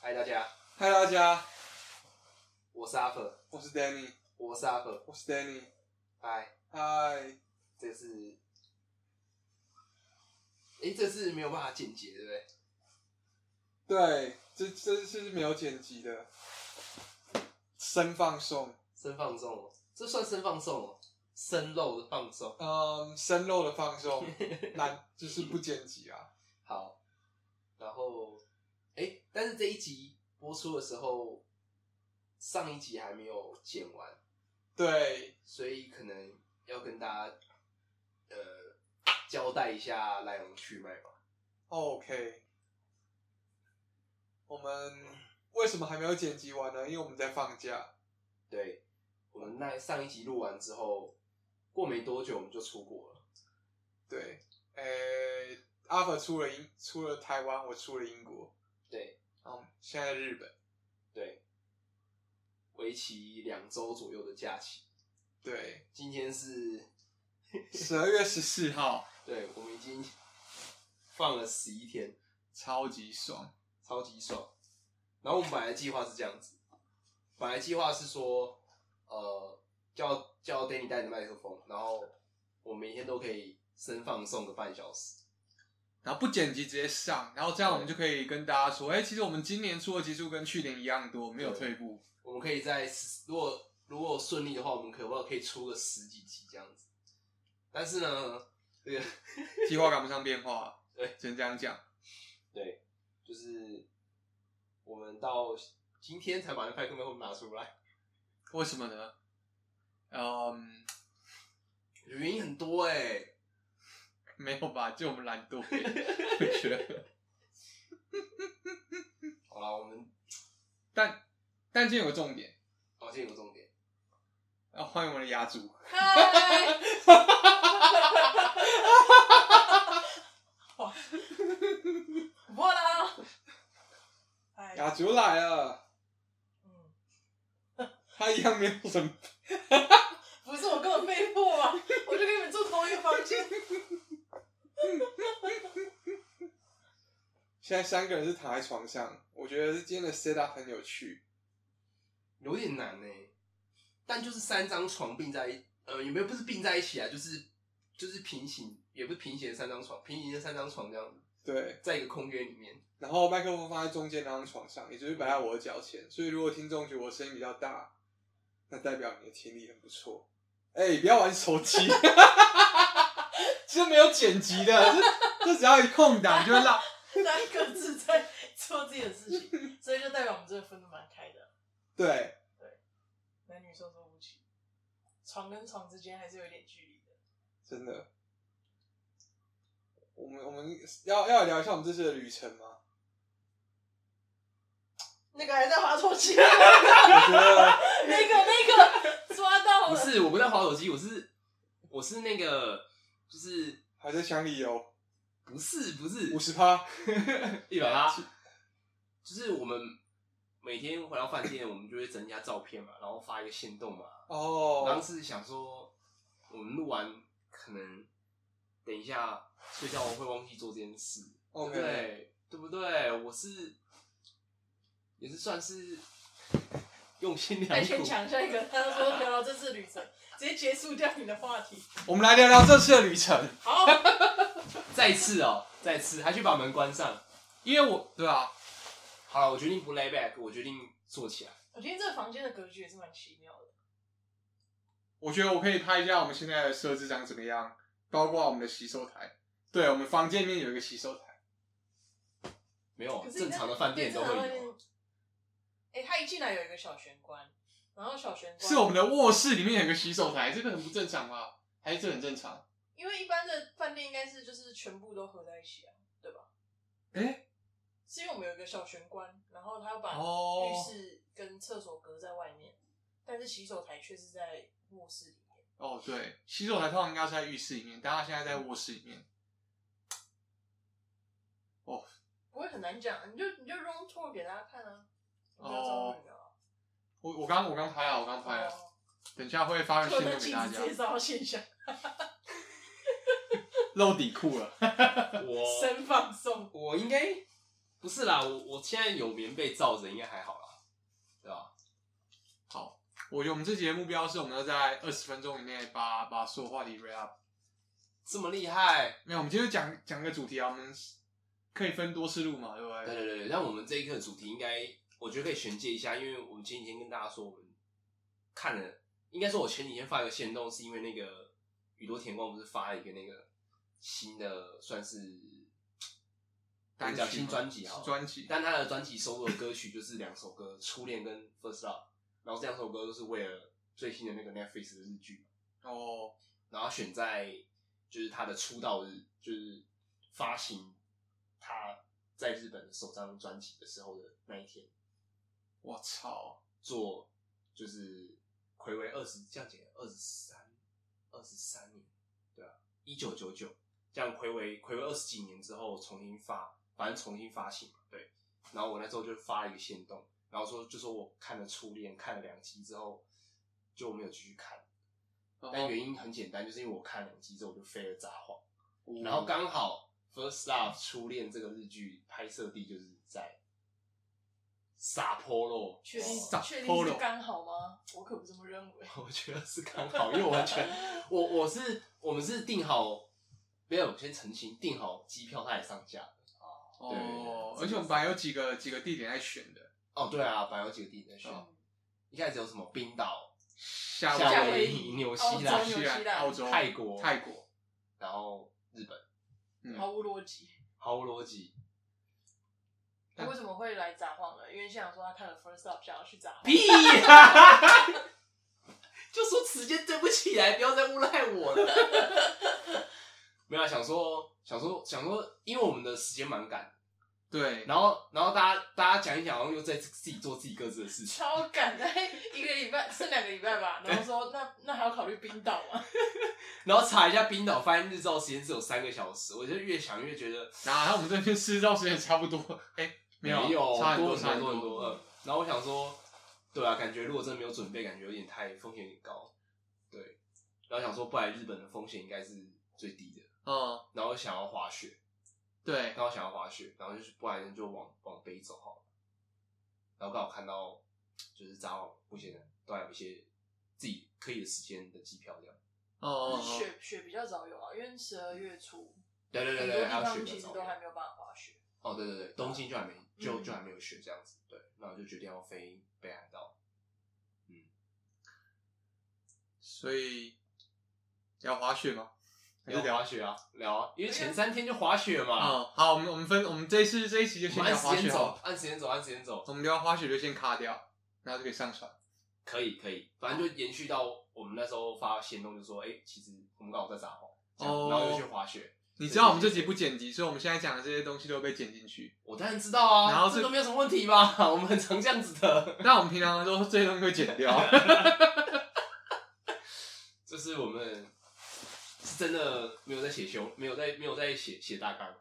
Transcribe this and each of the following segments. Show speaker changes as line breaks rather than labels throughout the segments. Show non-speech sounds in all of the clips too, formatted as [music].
嗨大家，
嗨大家，
我是阿克，
我是 Danny，
我是阿克，
我是 Danny，
嗨，
嗨，
这是，诶，这是没有办法剪辑的，对不对？
对，这这是没有剪辑的，生放送，
生放送哦，这算生放送哦，生肉的放送。
嗯，生肉的放送，难就是不剪辑啊，
好，然后，诶，但是这一集播出的时候，上一集还没有剪完，
对，
所以可能要跟大家，呃，交代一下来龙去脉吧。
OK，我们为什么还没有剪辑完呢？因为我们在放假。
对，我们那上一集录完之后，过没多久我们就出国了。
对，诶、阿法出了英，出了台湾，我出了英国，
对
然后现在在日本。
对，为期两周左右的假期。
对，
今天是，
十二月十四号，
对我们已经 [laughs] 放了十一天，
超级爽。
超级爽。然后我们本来计划是这样子，本来计划是说，呃，叫叫 Danny 带着麦克风，然后我每天都可以声放送个半小时。
然后不剪辑直接上，然后这样我们就可以跟大家说，哎、其实我们今年出的集数跟去年一样多，没有退步。
我们可以在十如果如果顺利的话，我们可不可以出个十几集这样子？但是呢，这个
计划赶不上变化，
对，
只能这样讲。
对，就是我们到今天才把那麦克风拿出来，
为什么呢？嗯，
原因很多哎、
没有吧，就我们懒惰，我觉得。
好啦，我们
但但今天有个重点，
好像有个重点，
要欢迎我们的牙主。
嗨，播了。嗨，
雅竹来了，
嗯，
他一样没有什么。
不是我啊根本被迫嘛，我就跟你们住同一个房间。
现在三个人是躺在床上，我觉得今天的 set up 很有趣。
有点难呢、但就是三张床并在一，呃，也没有不是并在一起啊，就是就是平行，也不是平行的三张床，平行的三张床这样子，
对，
在一个空间里面。
然后麦克风放在中间那张床上，也就是摆在我的脚前，所以如果听众觉得我声音比较大，那代表你的听力很不错。哎、不要玩手机， [laughs] 这没有剪辑的，这这只要一空档就会让。
那各自在做自己的事情，所以就代表我们这个分的蛮开的，
对，
男女授受不亲，床跟床之间还是有一点距离的。
真的。我们我们要要聊一下我们这次的旅程吗？
那个还在滑手机，
我觉得
那个那个抓到
不
了，
是，我不在滑手机，我是我是那个，就是
还在想理由，
不是不是
五十趴。
一百八，就是我们每天回到饭店，我们就会整理一下照片嘛，然后发一个限动嘛。当
哦，
时想说，我们录完可能等一下睡觉我会忘记做这件事
OK
对不对？对不对？我是也是算是用心
来
良
哎先
苦，
讲下一个，他说聊聊这次旅程，直接结束掉你的话题。
我们来聊聊这次的旅程，
好，
再次哦，再次还去把门关上。
因为我对啊，
好了，我决定不 lay back，我决定坐起来。
我觉得这个房间的格局也是蛮奇妙的。
我觉得我可以拍一下我们现在的设置长怎么样，包括我们的洗手台。对，我们房间里面有一个洗手台，
没有
可是
正常的饭店都会有。。啊
哎、他一进来有一个小玄关，然后小玄关
是我们的卧室里面有一个洗手台，这个很不正常吧？还是这很正常？
因为一般的饭店应该是就是全部都合在一起啊，对吧？
哎、
是因为我们有一个小玄关，然后他把
哦
啊浴室跟厕所隔在外面，但是洗手台却是在卧室里面。
哦，对，洗手台通常应该是在浴室里面，但它现在在卧室里面。
不会很难讲，啊你就你就 room tour 给大家看啊，你不要招人啊。
我我刚我刚拍了，啊我刚拍了，
哦，
等一下会
啊
发个
就
信息
那
给
镜
大
子
家
直。接照到现象，
露底裤了， [laughs]
我哦 [laughs]
真放松。
啊我应该不是啦，我我现在有棉被罩着，应该还好啦，对吧？
好，我觉得我们这集的目标是我们要在二十分钟以内把把所有话题 wrap up。
这么厉害，
没有，我们今天就讲讲个主题啊，我们可以分多次录嘛，对不
对
对？
对对对，但我们这一课的主题应该，我觉得可以衔接一下，因为我们前几天跟大家说，我们看了，应该说我前几天发一个限动，是因为那个宇多田光不是发了一个那个新的算是
单曲
讲
嘛
新专辑啊，
专辑，
但他的专辑收录的歌曲就是两首歌，《初恋》跟《First Love》，然后这两首歌都是为了最新的那个 Netflix 的日剧，
哦，
然后选在就是他的出道日，就是发行他在日本的首张专辑的时候的那一天，
我操，
做就是暌违二十，这样讲二十三，二十三年，对啊，一九九九，这样暌违暌违二十几年之后重新发，反正重新发行嘛，对。然后我那时候就发了一个限动，然后说就说我看了《初恋》看了两集之后，就没有继续看，但原因很简单，就是因为我看了两集之后我就飞了札幌，然后刚好《First Love》初恋这个日剧拍摄地就是在。撒泼喽，
确定
哦
确定
Sapporo
是刚好吗？我可不这么认为。
我觉得是刚好，因为我完全，我我是我们是定好，没有先澄清，定好机票它也上架了。对对
哦，
对
而且我们本来有几个几个地点在选的，
哦，对啊，本来有几个地点在选，
嗯
一开始有什么冰岛、
夏
夏
威
威
威
夷、
夷
纽西
澳洲
兰
纽、
西兰、澳洲、
泰国、
泰国，
然后日本，
嗯
毫无逻辑。
毫无逻辑。
但
嗯
我为什么会来札幌呢？因为现场说他看了 First Up，想要去札
[laughs]
幌。
屁呀！就说时间对不起来，不要再诬赖我了。没有啊想说，想说，想说，因为我们的时间蛮赶，
对，
然后，然后大家大家讲一讲，然后又在自己做自己各自的事情。
超赶的，一个礼拜剩两个礼拜吧，然后说那那还要考虑冰岛吗？
然后查一下冰岛，发现日照时间只有三个小时，我就越想越觉得
然后我们这边吃到时间差不多，哎，有，
有
差很
多
差
很
很
多很多。嗯然后我想说，对啊，感觉如果真的没有准备，感觉有点太风险有点高。对，然后想说，不然日本的风险应该是最低的。
嗯，
然后想要滑雪，
对
然，后想要滑雪，然后就是不然就往往北走好了。然后刚好看到就是札幌目前都还有一些自己可以的时间的机票这样。
哦哦，哦
雪雪比较早有啊，因为十二月初
对对对
很
对，
多地
还有雪
方
比较
其实
早
都
点
还没有办法滑雪。
哦，对对
啊
对，东京就还没就
嗯
就还没有雪这样子，对，那我就决定要飞北海道。
所以要滑雪吗？还是
聊滑雪啊，聊啊，因为前三天就滑雪嘛，
嗯，好，我们我们分我们这一次这一期就
我
先
们
聊
按
滑
时
雪啊
间
好
走
了，，
按时间走，按时间走，
我们聊滑雪就先卡掉，然后就可以上传。
可以可以，反正就延续到我们那时候发行动，就说，哎，其实我们刚好在札幌，这样
哦
然后就去滑雪。
你知道我们这集不剪辑，所以我们现在讲的这些东西都被剪进去。
我当然知道啊，
然后
这
是
都没有什么问题吧？ [laughs] 我们很常这样子的，
那我们平常都这些东西会剪
[laughs]
掉。
这是我们是真的没有在写修，没有在没有在写写大纲，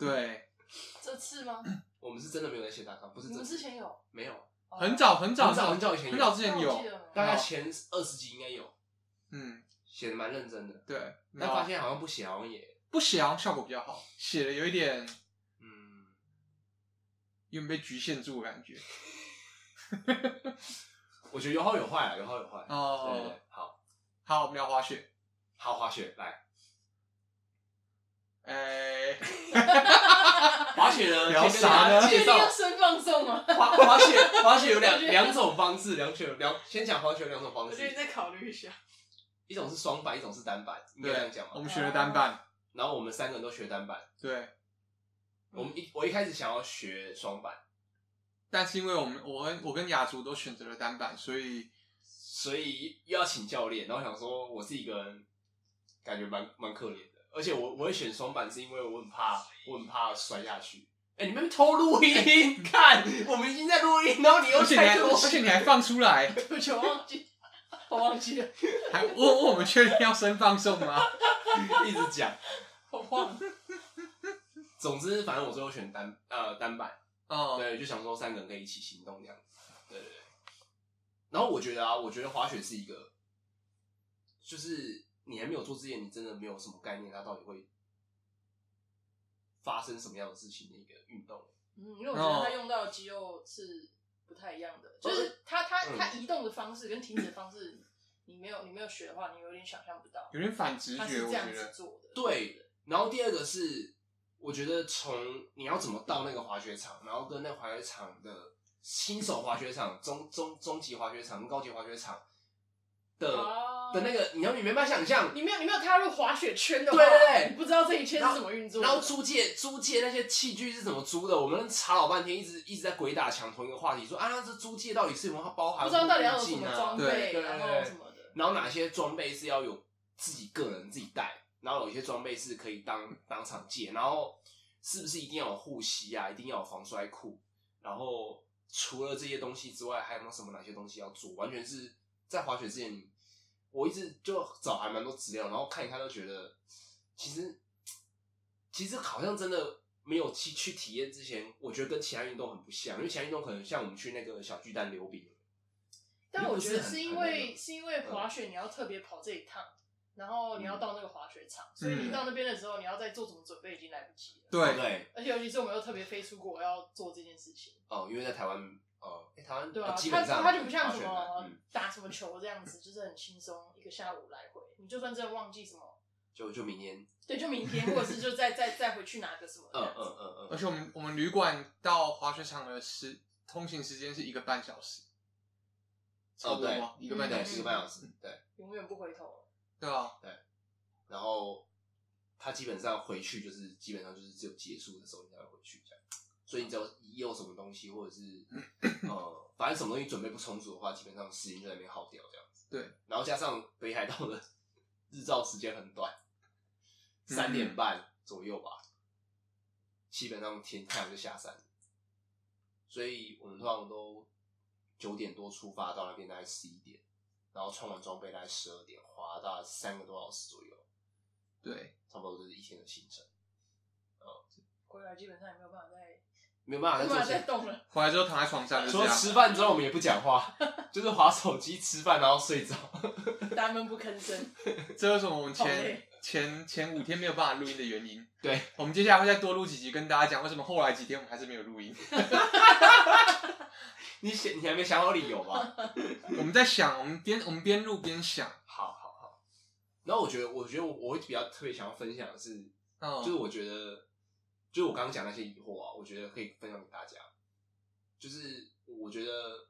对，
这次吗？
我们是真的没有在写大纲，不是
你
真
们
的
之前有？
没有，
哦
很早很早
很早很早以前有
很早之前
那我
有
记，得
大概
哦
前二十集应该有。
嗯，
写的蛮认真的，
对。
但发现好像不写好像也，
不写好像效果比较好，写的有一点
嗯，
有点被局限住的感觉。
我觉得有好有坏啊，有好有坏。对对
哦
对，，好，
好，我们聊滑雪。
好滑雪来，
哎，
滑雪呢，
聊
可以跟
啥
大家
呢
确
介
定
绍
要先放送吗？
滑滑
[laughs]
雪，滑雪有两
我觉得
两种方式，两雪两先讲滑雪有两种
我
方
觉得你
式，
再考虑一下。 [laughs]
一种是双板，一种是单板，应该这样讲
我
嘛。
们学了单板。
然后我们三个人都学单板，
对，嗯
我们一我一开始想要学双板，
但是因为我们我跟我跟雅竹都选择了单板，所以
所以又要请教练，然后想说我自己一个人感觉蛮蛮可怜的，而且我我会选双板是因为我很怕我很怕摔下去。哎、你们偷录音， [laughs] 看我们已经在录音，然后你又
哎而且你
开
还
脱，
而且你还放出来，
对不起，我忘记，我忘记了，
还问问我们确定要生放送吗？
一直讲。
我忘了。
总之，反正我最后选单呃单板，
哦，
对，就想说三个人可以一起行动这样子。对对对。然后我觉得啊，我觉得滑雪是一个，就是你还没有做之前，你真的没有什么概念，它到底会发生什么样的事情的一个运动。
嗯，因为我觉得他用到的肌肉是不太一样的，
哦
就是他他
嗯
他移动的方式跟停止的方式，你没有你没有学的话，你有点想象不到，
有点反直
他
觉，
是
我
这样
觉
子
得。
做的。
对，然后第二个是，我觉得从你要怎么到那个滑雪场，然后跟那个滑雪场的新手滑雪场、中中中级滑雪场跟高级滑雪场的、
哦
的那个，你要你没办法想象。
你没有你没有踏入滑雪圈的话，
对对对
你不知道这一圈是怎么运作的
然后租借租借那些器具是怎么租的？我们查老半天，一直一直在鬼打墙同一个话题，说啊，这租借到底是有没有包含
不知道到底要有
物
什
品
么
啊
装
对
备，
对
然
对
后
对
什么的。
然后哪些装备是要有自己个人自己带，然后有些装备是可以当当场借，然后是不是一定要有护膝啊，一定要有防摔裤，然后除了这些东西之外，还有没有什么哪些东西要做？完全是在滑雪之前，我一直就找还蛮多资料，然后看一看都觉得，其实其实好像真的。没有去去体验之前，我觉得跟其他运动很不像，因为其他运动可能像我们去那个小巨蛋溜冰，
但我觉得是因
你不是很很嗯那
为
个
是因为滑雪你要特别跑这一趟，然后
嗯
你要到那个滑雪场，所以你到那边的时候你要再做什么准备已经来不及了。
对不
对，
对？
而且尤其是我们又特别飞出国要做这件事情，
哦，因为在台湾，呃，诶台湾
对啊
呃，基
他
本上
他就不像
滑
什
雪
么
蛮嗯，
打什么球这样子，就是很轻松，一个下午来回。你就算真的忘记什么，
就就明天，
对，就明天或者是就再再再回去拿个什么
嗯
这样
嗯
子。
嗯
而
嗯，
且我们我们旅馆到滑雪场的时通行时间是一个半小时，差
哦
不多
对
吗？一个半小
对，
时，
一个半小时，对，
永远不回头。
对啊吧？
然后他基本上回去就是基本上就是只有结束的时候你才会回去这样，所以你只要一有什么东西或者是呃，反正什么东西准备不充足的话，基本上时间就在那边耗掉这样子。
对，
然后加上北海道的日照时间很短，三点半左右吧，基本上天太阳就下山了，所以我们通常都九点多出发到那边大概十一点，然后穿完装备大概十二点，花大概三个多小时左右，
对，
差不多就是一天的行程，
回来基本上也没有办法再
没有办法
没
再
有
做
办法再
些。
动了。
回来之后躺在
[laughs]
床上就
除
这
了
样，
吃饭之后，我们也不讲话，就是划手机、吃饭，然后睡着。 [laughs]
大闷不吭声，
这是我们
好
前
累
前前五天没有办法录音的原因。
对，
我们接下来会再多录几集，跟大家讲为什么后来几天我们还是没有录音。
你想，你还没想好理由吧？
我们在想，我们边我们边录边想，
[laughs] 好好好。然后我觉得，我觉得我我会比较特别想要分享的是，
嗯，
就是我觉得，就是我刚刚讲那些疑惑啊，我觉得可以分享给大家。就是我觉得，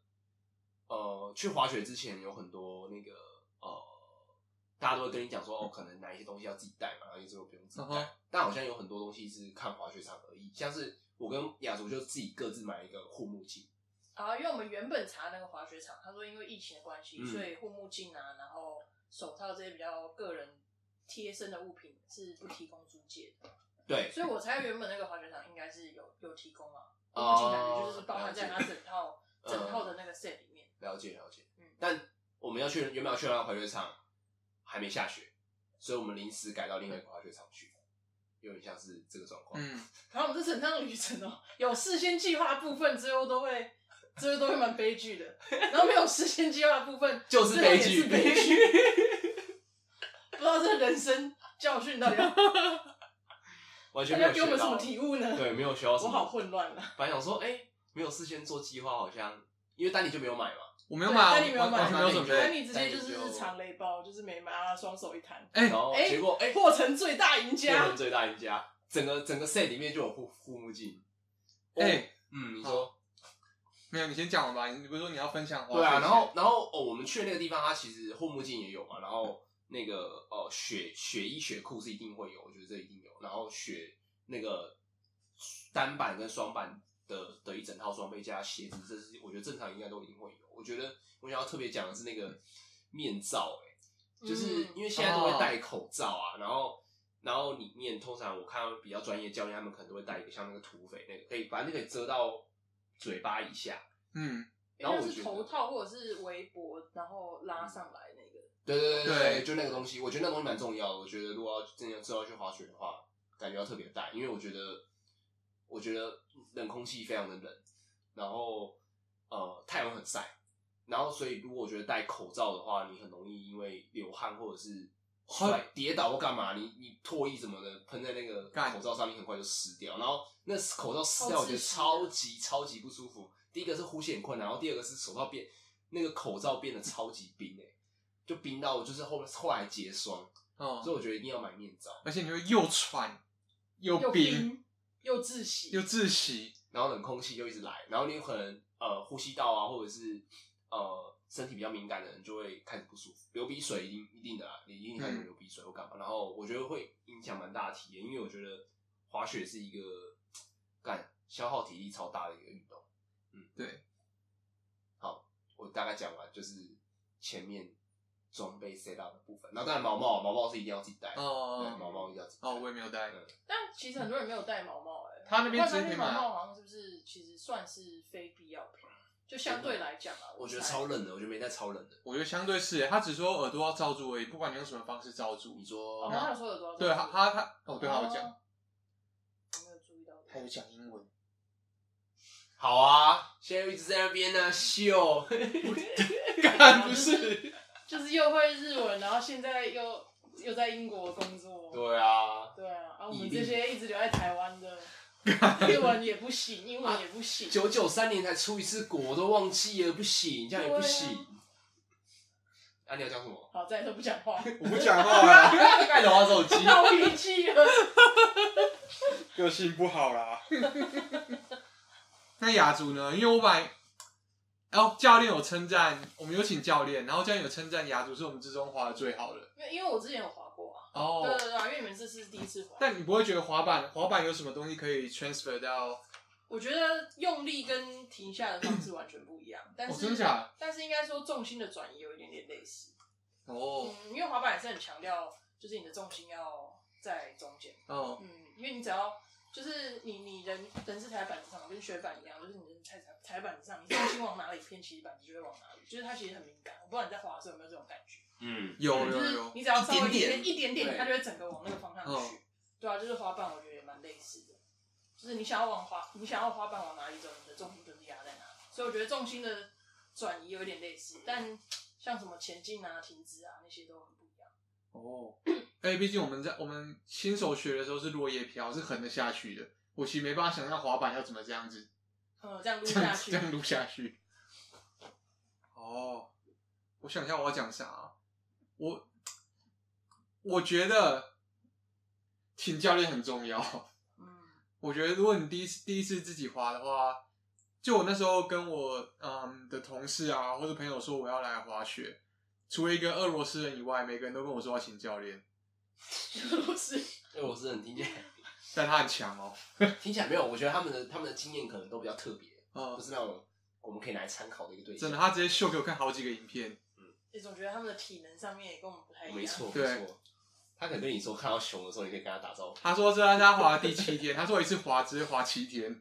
呃，去滑雪之前有很多那个呃，大家都会跟你讲说，哦，可能哪一些东西要自己带嘛，哪一些东西不用自己带。
嗯哼
但好像有很多东西是看滑雪场而已，像是我跟雅竹就自己各自买一个护目镜，
啊，因为我们原本查那个滑雪场，他说因为疫情的关系，
嗯
所以护目镜啊，然后手套这些比较个人贴身的物品是不提供租借的，
对，
所以我猜原本那个滑雪场应该是有有提供啊，护
哦
目镜感觉就是包含在
了
他
解
整套
嗯
整套的那个 set 里面。
了解了解。
嗯
但我们要去原本要去那个滑雪场，还没下雪，所以我们临时改到另外一个滑雪场去，有点像是这个状况。
嗯，
然后我们这整趟旅程哦， [laughs] 有事先计划的部分，最后都会最后都会蛮悲剧的，然后没有事先计划的部分，
就是
最后
悲
也
剧
是悲剧。 [laughs] 不知道这人生教训到底要
完全 [laughs]
大
没有
家哎给我
学
们什
到
么。体悟呢？
对，没有学到什
我
么。
好混乱啊！
反正想说，哎、没有事先做计划，好像因为丹尼就没有买嘛。
我没
没
有买，
但你没有
完
买，
完全没有准备
但。你直接就
但
是
你就
长雷包，就是没买，啊，双手一摊，
哎
然后
哎
结果，哎、
破成最大赢
变
家
成。最大赢家。整个整个 set 里面就有护护目镜。哦
哎，
嗯，你说
没有，你先讲完吧。你不是说你要分享滑雪
对啊，
鞋？
然后然后哦，我们去的那个地方，它其实护目镜也有嘛，然后那个哦雪雪衣雪裤是一定会有，我觉得这一定有，然后雪那个单板跟双板的的一整套装备加鞋子，这是我觉得正常应该都一定会有。我觉得我想要特别讲的是那个面罩、欸，就是
嗯
因为现在都会戴口罩啊，然后。然后里面通常我看到比较专业的教练，他们可能都会戴一个像那个土匪那个，可以把那个遮到嘴巴以下，
嗯，
然后我
因为
觉
是
得
头套或者是围脖，然后拉上来那个。
对对对
对
对，就那个东西，我觉得那个东西蛮重要的。我觉得如果要真的之后要去滑雪的话，感觉要特别带，因为我觉得，我觉得冷空气非常的冷，然后呃太阳很晒，然后所以如果我觉得戴口罩的话，你很容易因为流汗或者是摔跌倒或干嘛，你你唾液什么的喷在那个口罩上，你很快就湿掉。然后那口罩湿掉，
好
我觉得
刺激
超级超级不舒服。第一个是呼吸很困难，然后第二个是手套变那个口罩变得超级冰诶、就冰到我就是后面后来结霜，
哦、
所以我觉得一定要买面罩。
而且你会又喘又
又
冰
冰又窒息，
又窒息，
然后冷空气就一直来，然后你有可能呃呼吸道啊，或者是呃身体比较敏感的人就会开始不舒服，流鼻水一定一定的啦，你一定开
嗯
始流鼻水或干嘛，然后我觉得会影响蛮大的体验，因为我觉得滑雪是一个干消耗体力超大的一个运动。嗯
对，
我大概讲完就是前面装备 set up 的部分，然后当然毛啊毛毛毛是一定要自己带，对，
哦
毛毛一定要自己带。
哦，我也没有戴，
但其实很多人没有戴毛毛哎、欸，
他那边
我
直
看
接可以
毛
买啊
毛好像是不是其实算是非必要品？就相对来讲啊，
我觉得
猜
超冷的，我觉得没带超冷的。
我觉得相对是耶，他只说耳朵要罩住而已，不管你用什么方式罩住
你。说
哦，他有说有多少？
对，他他他，哦，对，他有讲，哦
哦，我没有注意到。
他有讲英文。
好啊，现在又一直在那边呢、秀。
[laughs] 干不 [laughs] 是，
就是又会日文，然后现在又又在英国工
[laughs]
作。
对啊，
对啊，啊，我
毅
们
力
这些一直留在台湾
[laughs]
的，日文也不行，英
啊
文也不行。
九九三年才出一次国，我都忘记了，不行，这样也不行。啊，你要讲什么？
好，再来都不讲
[laughs]
话，
我不讲话 [laughs] 啦，
盖头玩手机。
闹脾气了。
[laughs]
[laughs]
个性不好啦。 [laughs] 那雅竹呢？因为我本来，哦，教练有称赞，我们有请教练，然后教练有称赞雅竹是我们之中滑的最好的。
因为因为我之前有滑过啊，对
哦，
对对啊，因为你们这次是第一次滑，
但你不会觉得滑板滑板有什么东西可以 transfer 到？
我觉得用力跟停下的方式完全不一样，但
哦，
是
真假？
但是应该说重心的转移有一点点类似。
哦，
嗯，因为滑板也是很强调，就是你的重心要在中间。
哦，
嗯，因为你只要就是你你人人是踩在板子上，跟雪板一样，就是你人踩踩踩板子上，你重心往哪里偏，其实板子就会往哪里，就是它其实很敏感。我不知道你在滑的时候有没有这种感觉，
嗯，
有
就
有
是
有，
你只要稍微
一点点
一点点，
对
它就会整个往那个方
嗯
向去。对啊，就是滑板，我觉得也蛮类似的，就是你想要往滑，你想要滑板往哪里走，你的重心就是压在哪里。所以我觉得重心的转移有一点类似，但像什么前进啊、停止啊那些都很不一样。
哦， [clears throat] 哎，毕竟我们在我们新手学的时候是落叶飘，是横的下去的。我其实没办法想象滑板要怎么这样子，
嗯，这样撸
这
下
样子
去
这，样录下去。哦，我想一下我要讲啥啊、我我觉得请教练很重要。
嗯，
我觉得如果你第一次第一次自己滑的话，就我那时候跟我嗯的同事啊或者朋友说我要来滑雪，除了一个俄罗斯人以外，每个人都跟我说要请教练，
都是
因哎为我是很听起来， [laughs]
但他很强哦。
听起来没有，我觉得他们的他们的经验可能都比较特别，
嗯
不，是那种我们可以拿来参考的一个对象
真。的，他直接秀给我看好几个影片。
也总觉得他们的体能上面也跟我们不太一样。
没错，
对
没错。他可能跟你说看到熊的时候，你可以跟他打招呼。
他说这是他滑的第七天，他说一次滑只是滑七天，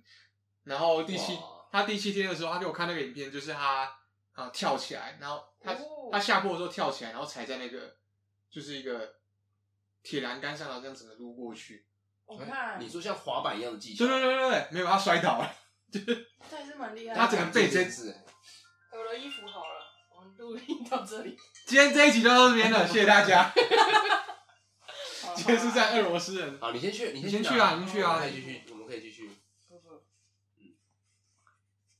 然后第七
哇
他第七天的时候，他给我看那个影片，就是他啊、呃跳起来，然后他、
哦
他下坡的时候跳起来，然后踩在那个就是一个铁栏杆上，然后这样整个撸过去。
我
哎
看
你说像滑板一样的技巧，
对对对对对，没有他摔倒了，
他也是蛮厉害的。
他整个背
这
真
件事
有了衣服好了，我们录音到这
[laughs]
里。
今天这一集就到这边了，谢谢大家。[laughs]
好
今天是在俄罗斯人，
好，你先去，你
你先
去
去啊，你先去
我们
啊
可以继续，我们可以继续。
不不，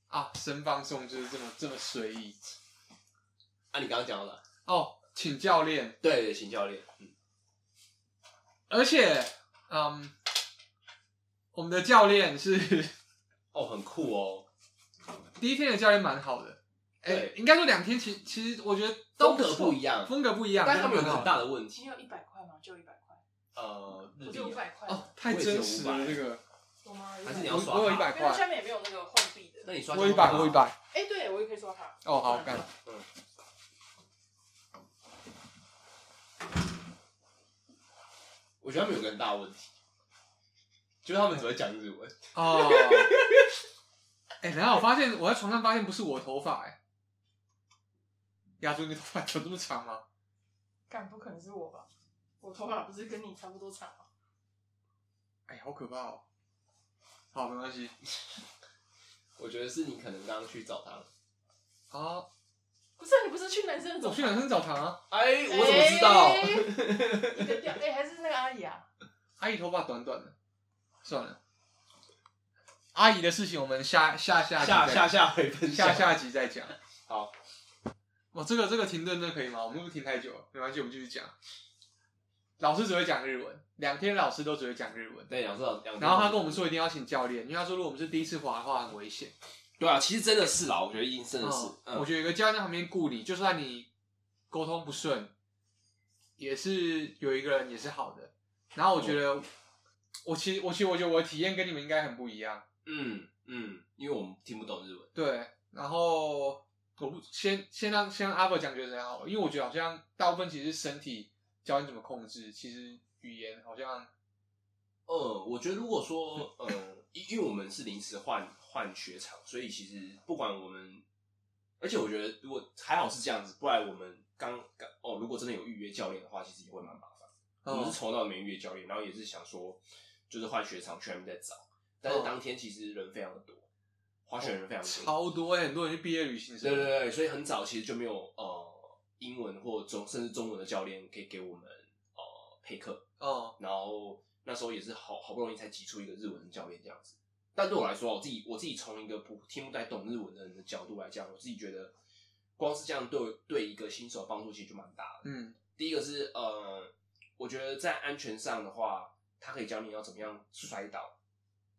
啊！神放送就是这么这么随意
啊，你刚刚讲到哪？
哦，请教练。
对对，邢教练，嗯，
而且，嗯，我们的教练是 [laughs]
哦，很酷哦，
第一天的教练蛮好的，哎、
对
应该说两天其其实我觉得都
风格
错
不一样，
风格不一样，
但他们有
真的
很
很好
大的问
今
题，
天要一百块吗？就一百块，
呃，日
我
币
就五
啊，
百块。
哦，太真实
我
了
也只
这个，
有吗？
还是你
100
要刷
我我
卡
有一百
因为它
块，
下面也没有那个换币的。
那你刷
我有一百，
信用卡吧
我有一。百，
哎，对，我也可以刷卡。
哦，好，
[laughs]
干，
我觉得他们有个很大的问题，就是他们只会讲日文，
哦，哎、然后我发现我在床上发现不是我头发、哎，亚洲你的头发有这么长啊吗？
干，不可能是我吧？我头发不是跟你差不多长吗？
哎、好可怕哦，好，没关系，
我觉得是你可能刚刚去找他了，
好，
不是啊，你不是去男生的
我
总
去男生澡堂啊，
哎，我怎么知道？ [laughs]
哎你的调哎，还是那个阿姨啊？
阿姨头发短短的，算了。阿姨的事情我们下下下集
下
再
下下回分
下
享。
下集再讲。
好，
哦，这个这个停顿这可以吗？我们是不是停太久了？没关系，我们继续讲。老师只会讲日文，两天老师都只会讲日文。
对，两次两。
然后他跟我们，说一定要请教练，因为他说如果我们是第一次滑的话很危险。
对啊，其实真的是啦，我觉得一定真的是
嗯，
嗯
我觉得有个教练在旁边顾你，就算你沟通不顺，也是有一个人也是好的。然后我觉
哦
得，我其实我其实我觉得我的体验跟你们应该很不一样。
嗯嗯，因为我们听不懂日文。
对，然后我不先先让先让阿伯讲觉得很好了，因为我觉得好像大部分其实是身体教你怎么控制，其实语言好像
呃，我觉得如果说呃，因因为我们是临时换换雪场，所以其实不管我们，而且我觉得如果还好是这样子，不然我们刚刚哦，如果真的有预约教练的话，其实也会蛮麻烦。我们
嗯
是从头到尾没预约教练，然后也是想说就是换雪场去那边再找，但是当天其实人非常的多，滑雪人非常多，
超多、欸，很多人去毕业旅行
对对
社。
对，所以很早其实就没有呃英文或中甚至中文的教练可以给我们呃配课，
哦，
然后那时候也是好好不容易才挤出一个日文教练这样子。但对我来说，我自己我自己从一个不听不太懂日文的人的角度来讲，我自己觉得光是这样对我对一个新手帮助其实就蛮大的。
嗯
第一个是呃，我觉得在安全上的话，他可以教你要怎么样摔倒，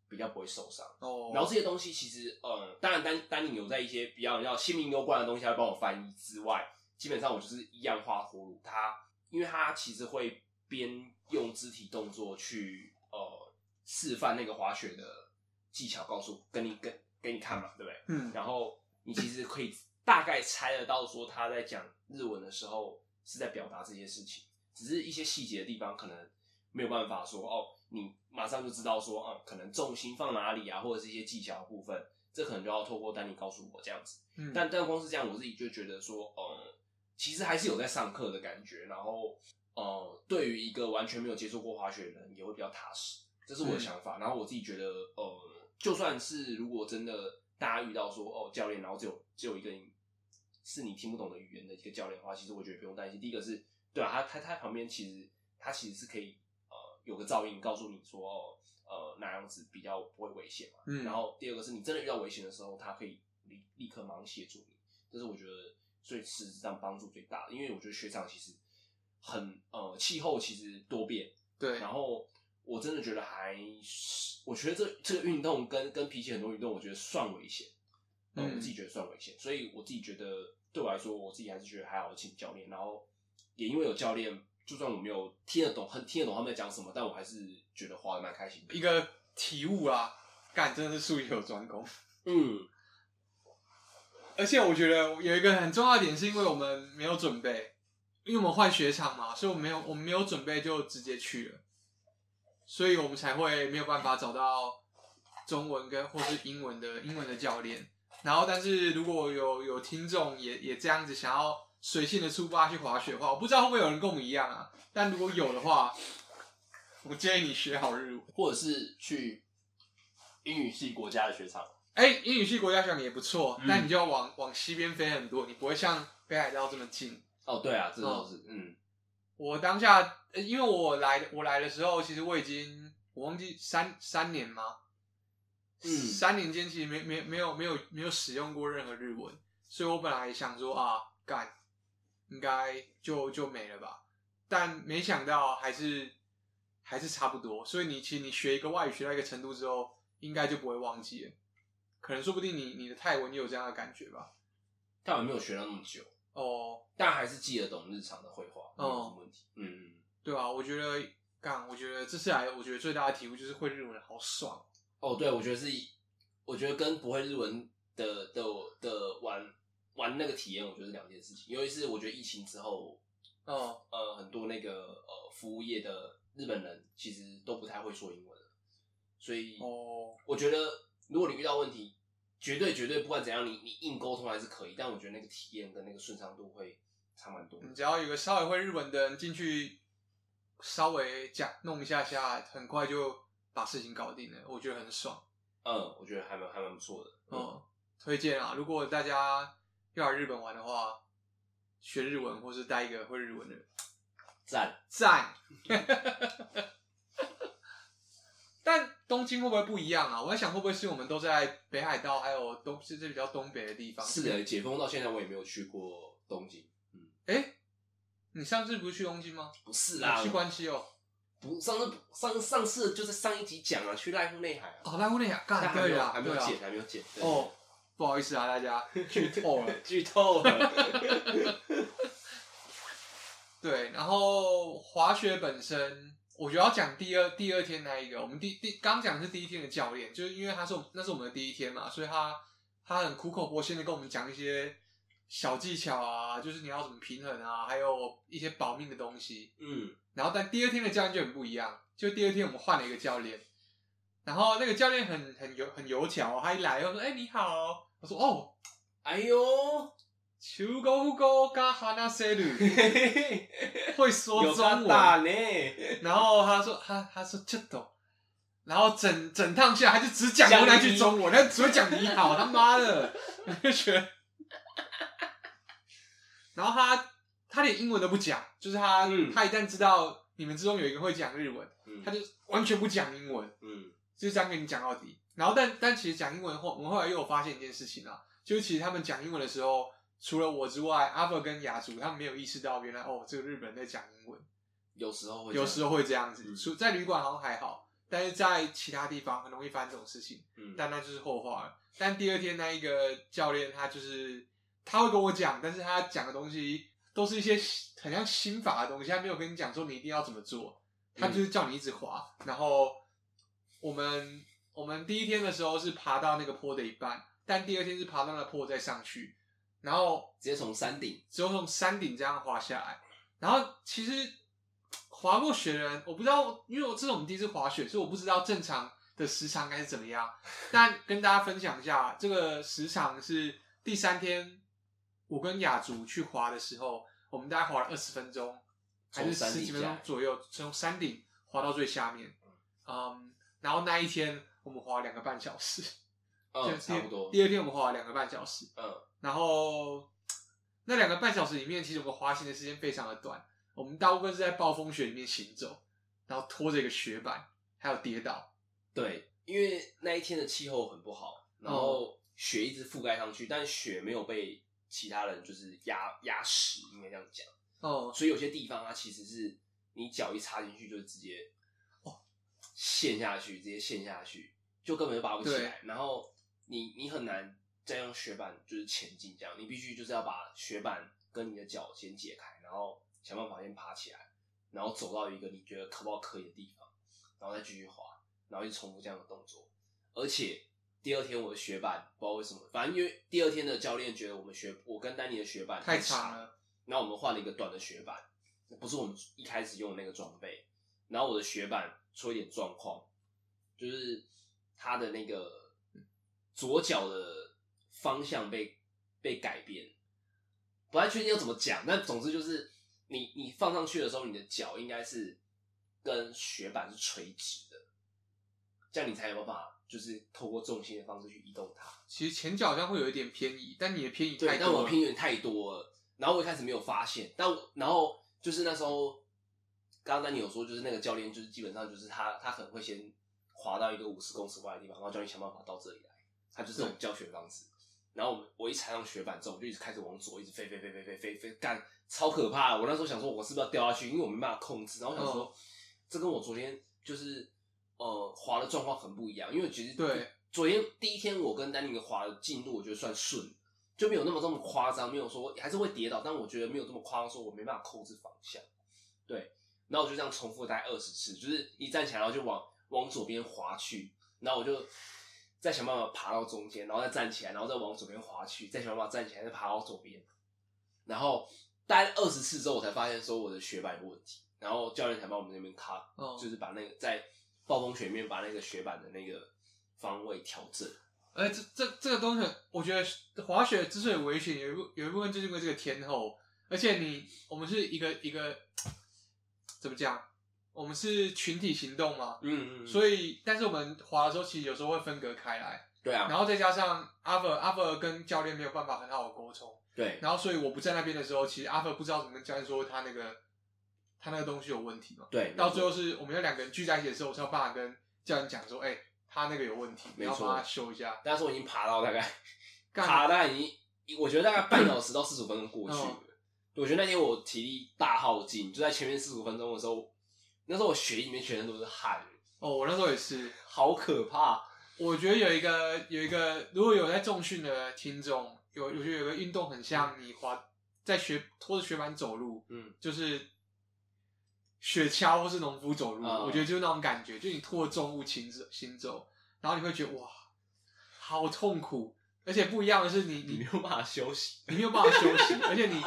比较不会受伤。
哦，
然后这些东西其实，呃，当然丹丹宁有在一些比较要性命攸关的东西，他会帮我翻译之外，基本上我就是一样画葫芦。他因为他其实会边用肢体动作去呃示范那个滑雪的技巧，告诉跟你跟给你看嘛，对不对？
嗯
然后你其实可以大概猜得到，说他在讲日文的时候是在表达这些事情，只是一些细节的地方可能没有办法说哦，你马上就知道说啊、可能重心放哪里啊，或者是一些技巧的部分，这可能就要透过丹尼告诉我这样子。
嗯，
但但光是这样，我自己就觉得说，呃，其实还是有在上课的感觉，然后呃，对于一个完全没有接触过滑雪的人，也会比较踏实，这是我的想法。然后我自己觉得，呃，就算是如果真的大家遇到说哦教练，然后只有只有一个你是你听不懂的语言的一个教练的话，其实我觉得不用担心。第一个是对啊，他他他旁边其实他其实是可以呃有个噪音告诉你说哦呃那样子比较不会危险嘛。
嗯
然后第二个是你真的遇到危险的时候，他可以立立刻马上协助你，这是我觉得最实质上帮助最大的。因为我觉得雪场其实很呃气候其实多变，
对，
然后我真的觉得还是，我觉得这这个运动跟跟比起很多运动，我觉得算危险，呃
嗯
我自己觉得算危险，所以我自己觉得对我来说，我自己还是觉得还好，请教练，然后也因为有教练，就算我没有听得懂，很听得懂他们在讲什么，但我还是觉得滑的蛮开心的
一。个体悟啦，干真的是术业有专攻。
嗯，
而且我觉得有一个很重要的点，是因为我们没有准备，因为我们换雪场嘛，所以我们没有我们没有准备就直接去了，所以我们才会没有办法找到中文跟或是英文的英文的教练。然后，但是如果有有听众也也这样子想要随性的出发去滑雪的话，我不知道会不会有人跟我们一样啊？但如果有的话，我建议你学好日文。
或者是去英语系国家的雪场，
哎、英语系国家选也不错，
嗯
但你就要往往西边飞很多，你不会像北海道这么近。
哦，对啊，这都是，嗯
我当下，呃因为我来我来的时候，其实我已经我忘记三三年吗？
嗯
三年间其实没没没有没有没有使用过任何日文，所以我本来想说啊，干，应该就就没了吧，但没想到还是还是差不多。所以你其实你学一个外语学到一个程度之后，应该就不会忘记了。可能说不定你你的泰文也有这样的感觉吧。
但我没有学到那么久，
哦，
但还是记得懂日常的绘画，没有什么问题，嗯。
对啊，我觉得干，我觉得这次来，我觉得最大的体悟就是会日文好爽。
哦，对，我觉得是，我觉得跟不会日文的的的玩玩那个体验，我觉得是两件事情。尤其是我觉得疫情之后，
哦，
呃，很多那个呃服务业的日本人其实都不太会说英文了，所以
哦，
我觉得如果你遇到问题，绝对绝对不管怎样，你你硬沟通还是可以，但我觉得那个体验跟那个顺畅度会差蛮多的。
你只要有个稍微会日文的人进去，稍微讲弄一下下，很快就把事情搞定了，我觉得很爽。
嗯，
哦
我觉得还蛮还蛮不错的。嗯
嗯，推荐啊，如果大家要来日本玩的话，学日文，或是带一个会日文的人，
赞。
赞。但东京会不会不一样啊？我在想，会不会是我们都在北海道，还有东是这比较东北的地方？
是的，解封到现在我也没有去过东京。
哎、你上次不是去东京吗？
不是啊啦
你，去关西哦。
不上次上上次就是上一集讲啊，去濑户内海啊，
哦，濑户内海，干
但还没
对
有
啊，
还没有
对啊
剪，还没有剪。对，
哦，不好意思啊，大
[laughs]
家剧透了。
剧透了。
对，然后滑雪本身，我觉得要讲第二第二天那一个，我们第第刚讲的是第一天的教练，就是因为他是我们那是我们的第一天嘛，所以他他很苦口婆心的跟我们讲一些小技巧啊，就是你要怎么平衡啊，还有一些保命的东西。
[laughs] 嗯，
然后但第二天的教练就很不一样，就第二天我们换了一个教练，然后那个教练很很油很油巧、哦，他一来我说：“哎、你好。”我说：“哦，
哎呦，
球狗狗嘎哈那塞鲁，会 [laughs] 说
有
中
他
文。
大呢。”
然后他说：“他他说这懂。”然后整整趟下来，他就只讲过那句中文，他只会讲你好，他妈的，我就觉得。然后他他连英文都不讲，就是他、
嗯
他一旦知道你们之中有一个会讲日文。
嗯
他就完全不讲英文，
嗯
就这样跟你讲到底。然后但，但其实讲英文后，我们后来又有发现一件事情啊，就是其实他们讲英文的时候，除了我之外，阿伯跟雅竹他们没有意识到，原来哦，这个日本人在讲英文，
有时候会这样，
有时候会这样子。
哦嗯
除在旅馆好像还好，但是在其他地方很容易发生这种事情。
嗯
但那就是后话了。但第二天那一个教练他就是他会跟我讲，但是他讲的东西都是一些很像心法的东西，他没有跟你讲说你一定要怎么做，他就是叫你一直滑。然后我们我们第一天的时候是爬到那个坡的一半，但第二天是爬到那坡再上去，然后
直接从山顶。
只有从山顶这样滑下来。然后其实滑过雪的人，我不知道，因为我这是我们第一次滑雪，所以我不知道正常的时长该是怎么样。但跟大家分享一下，这个时长是第三天我跟雅竹去滑的时候，我们大概滑了二十分钟，还是
从山
十
顶
几分
下
钟
来
左右，从山顶滑到最下面。嗯，然后那一天我们滑了两个半小时，就
嗯，
是第
差不多。
第二天我们滑了两个半小时，
嗯，
然后那两个半小时里面，其实我们滑行的时间非常的短，我们大部分是在暴风雪里面行走，然后拖着一个雪板，还有跌倒。
对，因为那一天的气候很不好，然后雪一直覆盖上去，但雪没有被其他人就是压压实，应该这样讲。
哦，
所以有些地方它其实是你脚一插进去就直接哦陷下去，直接陷下去，就根本就拔不起来。然后你你很难再用雪板就是前进，这样你必须就是要把雪板跟你的脚先解开，然后想办法先爬起来，然后走到一个你觉得可不好可以的地方，然后再继续滑，然后一直重复这样的动作。而且第二天我的雪板不知道为什么，反正因为第二天的教练觉得我们雪我跟丹尼的雪板
太
长
长了，
然后我们换了一个短的雪板，不是我们一开始用的那个装备。然后我的雪板出一点状况，就是它的那个左脚的方向被被改变，不太确定要怎么讲，但总之就是你你放上去的时候，你的脚应该是跟雪板是垂直的，这样你才有办法就是透过重心的方式去移动它。
其实前脚好像会有一点偏移，但你的偏移太
对，但
多
我
了。
拼有点太多了，然后我一开始没有发现，但我然后就是那时候，刚刚丹尼有说，就是那个教练就是基本上就是他他可能会先滑到一个五十公尺外的地方，然后教练想办法到这里来，他就是这种教学方式。然后我们我一踩上雪板之后，我就一直开始往左，一直飞飞飞飞飞飞飞，干超可怕的！我那时候想说，我是不是要掉下去？因为我没办法控制。然后我想说，这跟我昨天就是呃滑的状况很不一样，因为其实
对
昨天第一天我跟丹尼的滑的进度，我觉得算顺，就没有那么这么夸张，没有说还是会跌倒，但我觉得没有这么夸张，说我没办法控制方向。对，然后我就这样重复大概二十次，就是一站起来然后就往往左边滑去，然后我就再想办法爬到中间，然后再站起来，然后再往左边滑去，再想办法站起来，再爬到左边。然后大概二十次之后，我才发现说我的雪板有问题，然后教练才帮我们那边卡
哦
就是把那个在暴风雪里面把那个雪板的那个方位调整。
而这这这个东西，我觉得滑雪之所以危险，有一部有一部分就是因为这个天候，而且你我们是一个一个怎么讲？我们是群体行动嘛，
嗯嗯
所以但是我们滑的时候，其实有时候会分隔开来。
对啊，
然后再加上阿伯阿伯跟教练没有办法很好的沟通，
对，
然后所以我不在那边的时候，其实阿伯不知道怎么跟教练说他那个他那个东西有问题嘛。
对，
到最
后，
后是我们有两个人聚在一起的时候，我是要办法跟教练讲说，哎、他那个有问题，
没
然后
错
帮他修一下。
但是我已经爬到大概
干
爬大概已经，我觉得大概半小时到四十分钟过去了
嗯。
我觉得那天我体力大耗尽，就在前面四十五分钟的时候，那时候我血液里面全身都是汗，
哦，我那时候也是，
好可怕。
我觉得有一个有一个，如果有在重训的听众，有有觉得有个运动很像你滑在雪拖着雪板走路，
嗯，
就是雪橇或是农夫走路，
嗯
我觉得就是那种感觉，就你拖着重物行走行走，然后你会觉得哇，好痛苦，而且不一样的是你
你没
你
有办法休息，
你没有办法休息，而且你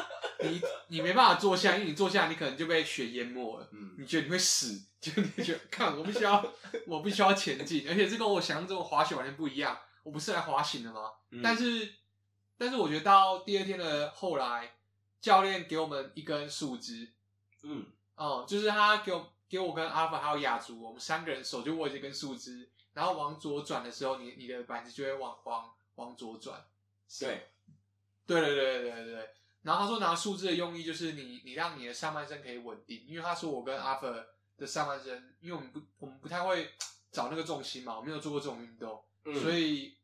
你你没办法坐下，因为你坐下你可能就被雪淹没了。
嗯，
你觉得你会死，就你觉得看我必须要， [laughs] 我必须要前进，而且这跟我想象中的滑雪完全不一样。我不是来滑行的吗？
嗯
但是，但是我觉得到第二天的后来，教练给我们一根树枝，
嗯，
哦、就是他给我给我跟阿法还有雅竹，我们三个人手就握着一根树枝，然后往左转的时候，你你的板子就会往往往左转。
对，
对对对对对对。然后他说拿树枝的用意就是你你让你的上半身可以稳定，因为他说我跟阿 r 的上半身，因为我们不我们不太会找那个重心嘛，我没有做过这种运动，
嗯
所以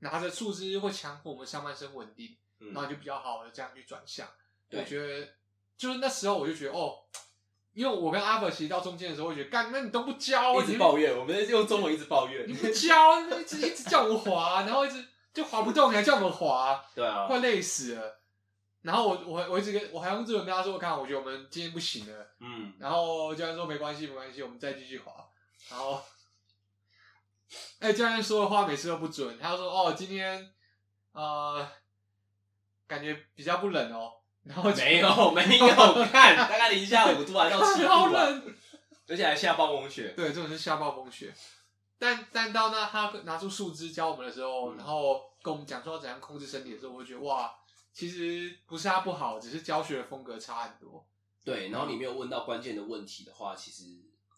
拿着树枝会强迫我们上半身稳定，
嗯
然后就比较好的这样去转向。
对
我觉得就是那时候我就觉得哦，因为我跟阿 r 其实到中间的时候，我觉得干，那你都不教，啊
一
你
直抱怨，我们用中文一直抱怨
你，不教，一直一直叫我们滑，啊然后一直就滑不动，你还叫我们滑。
对啊，
快累死了。然后我我我一直跟我还用日文跟他说，看我觉得我们今天不行了。
嗯，
然后教练说没关系没关系，我们再继续滑。然后，哎、教练说的话每次都不准，他说哦今天呃感觉比较不冷哦，然后就
没有没有，看大概零下五度还到七度
[laughs]
啊
好
吧，
冷，
而且还下暴风雪，
对，这种是下暴风雪。但但到那他拿出树枝教我们的时候，
嗯
然后跟我们讲说要怎样控制身体的时候，我就觉得哇，其实不是他不好，只是教学的风格差很多。
对，然后你没有问到关键的问题的话，其实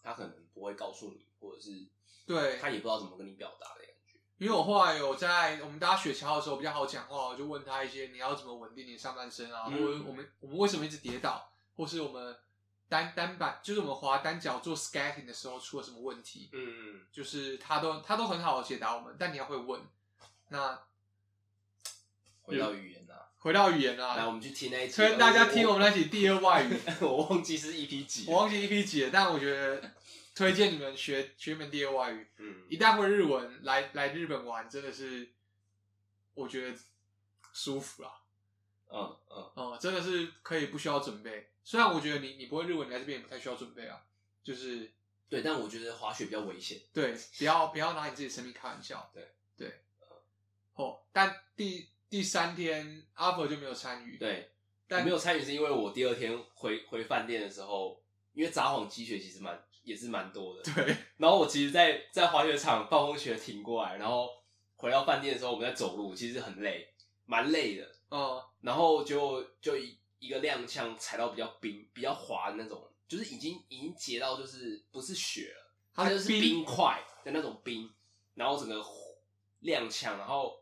他可能不会告诉你，或者是
对，
他也不知道怎么跟你表达的感觉。
因为我后来有在我们搭雪橇的时候比较好讲话，我就问他一些你要怎么稳定你的上半身啊，
嗯
或者我们我们为什么一直跌倒，或是我们单单板就是我们滑单脚做 skating 的时候出了什么问题，
嗯，
就是他都他都很好的解答我们，但你要会问。那
回到语言啊，
回到语言
来，我
啊，
们去听那一集，
推荐大家听我
我
们那集第二外语，
我忘记是 EP 几
我
了，
忘记 EP 几了，但我觉得推荐你们学学一门第二外语。
嗯，
一旦会日文，来来日本玩真的是，我觉得舒服啦。
嗯嗯，
哦、真的是可以不需要准备。虽然我觉得你你不会日文，你来这边也不太需要准备啊，就是
对，但我觉得滑雪比较危险，
对，不要不要拿你自己生命开玩笑。
对
对，哦，但第第三天阿伯就没有参与，，
对，我
但
没有参与是因为我第二天回回饭店的时候，因为札幌积雪其实蛮也是蛮多的，
对
[laughs] 然后我其实在，在滑雪场暴风雪停过来，然后回到饭店的时候，我们在走路，其实很累，蛮累的，
哦、
然后就就一一个踉跄踩到比较冰、比较滑的那种，就是已经已经结到就是不是雪了，它就是冰块的那种冰，然后整个踉跄，然后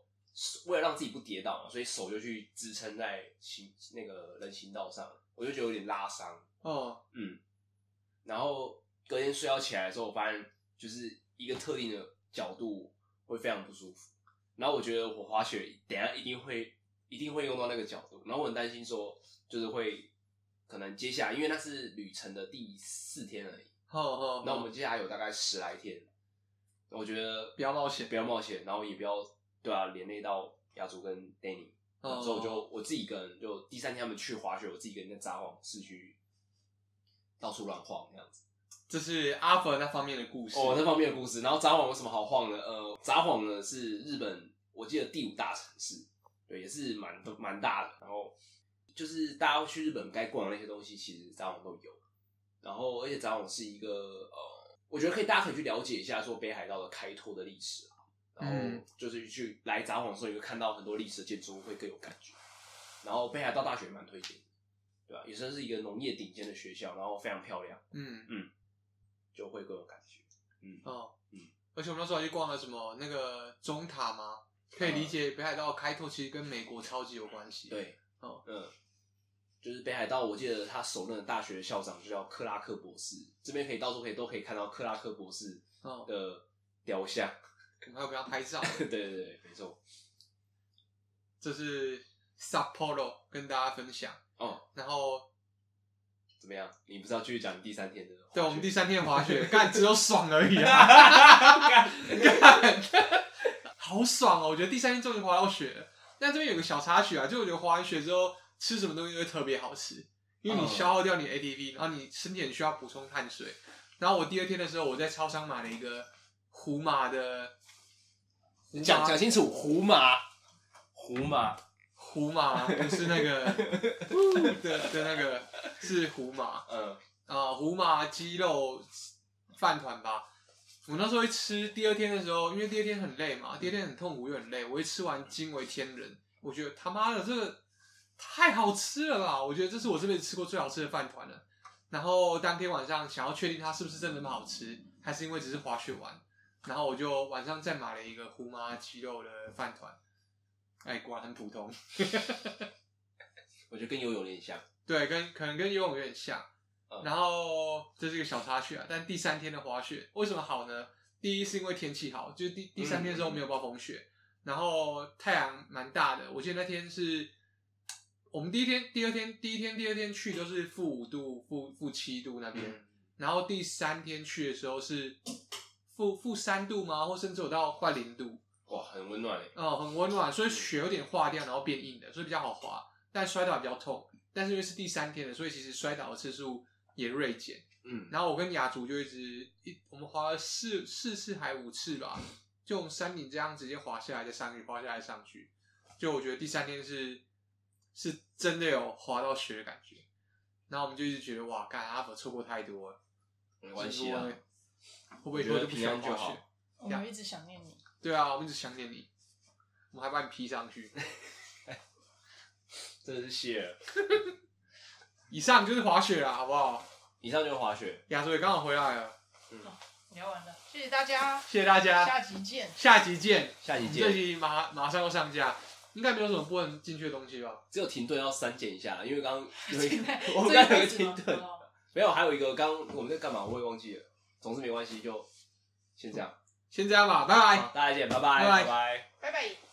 为了让自己不跌倒嘛，所以手就去支撑在行那个人行道上，我就觉得有点拉伤。
哦，
然后隔天睡觉起来的时候，我发现就是一个特定的角度会非常不舒服。然后我觉得我滑雪等一下一定会一定会用到那个角度，然后我很担心说就是会可能接下来，因为那是旅程的第四天而已，
好好，
那我们接下来有大概十来天，我觉得
不要冒险
不要冒险，然后也不要对啊连累到亚竹跟 Danny，
哦
所以我就我自己一个人，就第三天他们去滑雪，我自己一个人在札幌市区到处乱晃这样子。
这是阿伯那方面的故事
哦，那方面的故事。然后札幌有什么好晃的？呃，札幌呢是日本，我记得第五大城市，对，也是蛮蛮大的。然后就是大家去日本该逛的那些东西，其实札幌都有。然后而且札幌是一个呃，我觉得可以大家可以去了解一下说北海道的开拓的历史啊。然后
嗯
就是去来札幌的时候，你会看到很多历史的建筑物，会更有感觉。然后北海道大学也蛮推荐的，对啊吧、也算是一个农业顶尖的学校，然后非常漂亮，
嗯
就会更有感觉。嗯，
哦，
嗯
而而且我们那时候还去逛了什么那个中塔嘛，可以理解北海道开拓其实跟美国超级有关系。，
嗯对，
哦
嗯，就是北海道，我记得他首任的大学校长就叫克拉克博士，这边可以到处可以都可以看到克拉克博士
哦，
的雕像。 [laughs]
我们还有给他拍照。
对对对，没错。
这是 Sapporo 跟大家分享。
哦，
然后
怎么样？你不是要继续讲你第三天的？
对我们第三天
[laughs]
滑雪，干只有爽而已啊，干好爽哦！我觉得第三天终于滑到雪了。但这边有个小插曲啊，就我觉得滑完雪之后吃什么东西都会特别好吃，因为你
嗯
消耗掉你 ATP，然后你身体很需要补充碳水。然后我第二天的时候，我在超商买了一个胡麻的
你讲讲清楚，胡马，胡马，
胡麻，不是那
[laughs]
个的的那个是胡麻。
嗯，
啊、胡麻鸡肉饭团吧。我那时候会吃，第二天的时候，因为第二天很累嘛，第二天很痛苦又很累，我会吃完惊为天人。我觉得他妈的这个太好吃了啦！我觉得这是我这辈子吃过最好吃的饭团了。然后当天晚上想要确定它是不是真的那么好吃，还是因为只是滑雪玩，然后我就晚上再买了一个胡麻鸡肉的饭团。哎，果然很普通。
我觉得跟游泳有点像。
对，跟可能跟游泳有点像。
嗯
然后这是一个小插曲啊，但第三天的滑雪为什么好呢？第一是因为天气好，就是第第三天的时候没有暴风雪，然后太阳蛮大的。我记得那天是我们第一天、第二天、第一天、第二天去都是负五度、负负七度那边，然后第三天去的时候是负负三度吗？或甚至有到快零度。
哇，很温暖欸诶。
哦，很温暖，所以雪有点化掉，然后变硬的，所以比较好滑，但摔倒也比较痛。但是因为是第三天了，所以其实摔倒的次数也锐减。 [laughs]
嗯，
然后我跟雅竹就一直一，我们滑了四四次还五次吧，就从山顶这样直接滑下来，再上去，滑下来上去。就我觉得第三天是是真的有滑到雪的感觉。然后我们就一直觉得哇，干阿佛错过太多了，
没关系啊
会。不会以后就不喜欢
我觉得平安就
滑
好
雪？
我们一直想念你。
对啊，我们一直想念你，我们还把你 P 上去。
真的是谢了。
以上就是滑雪啦，好不好？
以上就是滑雪，
亚洲也刚好回来了，
聊完了，谢谢大家，
谢谢大家，
下集见。，
下集见。
下
我
集
们这
见。
集马马上要上架，应该没有什么不能进去的东西吧？
只有停顿要删减一下，因为刚刚有一个我们刚刚有一个
这辈
停
子
顿，
吗哦
没有，还有一个刚刚我们在干嘛，我也忘记了。总之没关系，就先这样。
先这样吧，拜拜。
好，大家再见，拜
拜
拜，
拜
拜拜。
拜拜。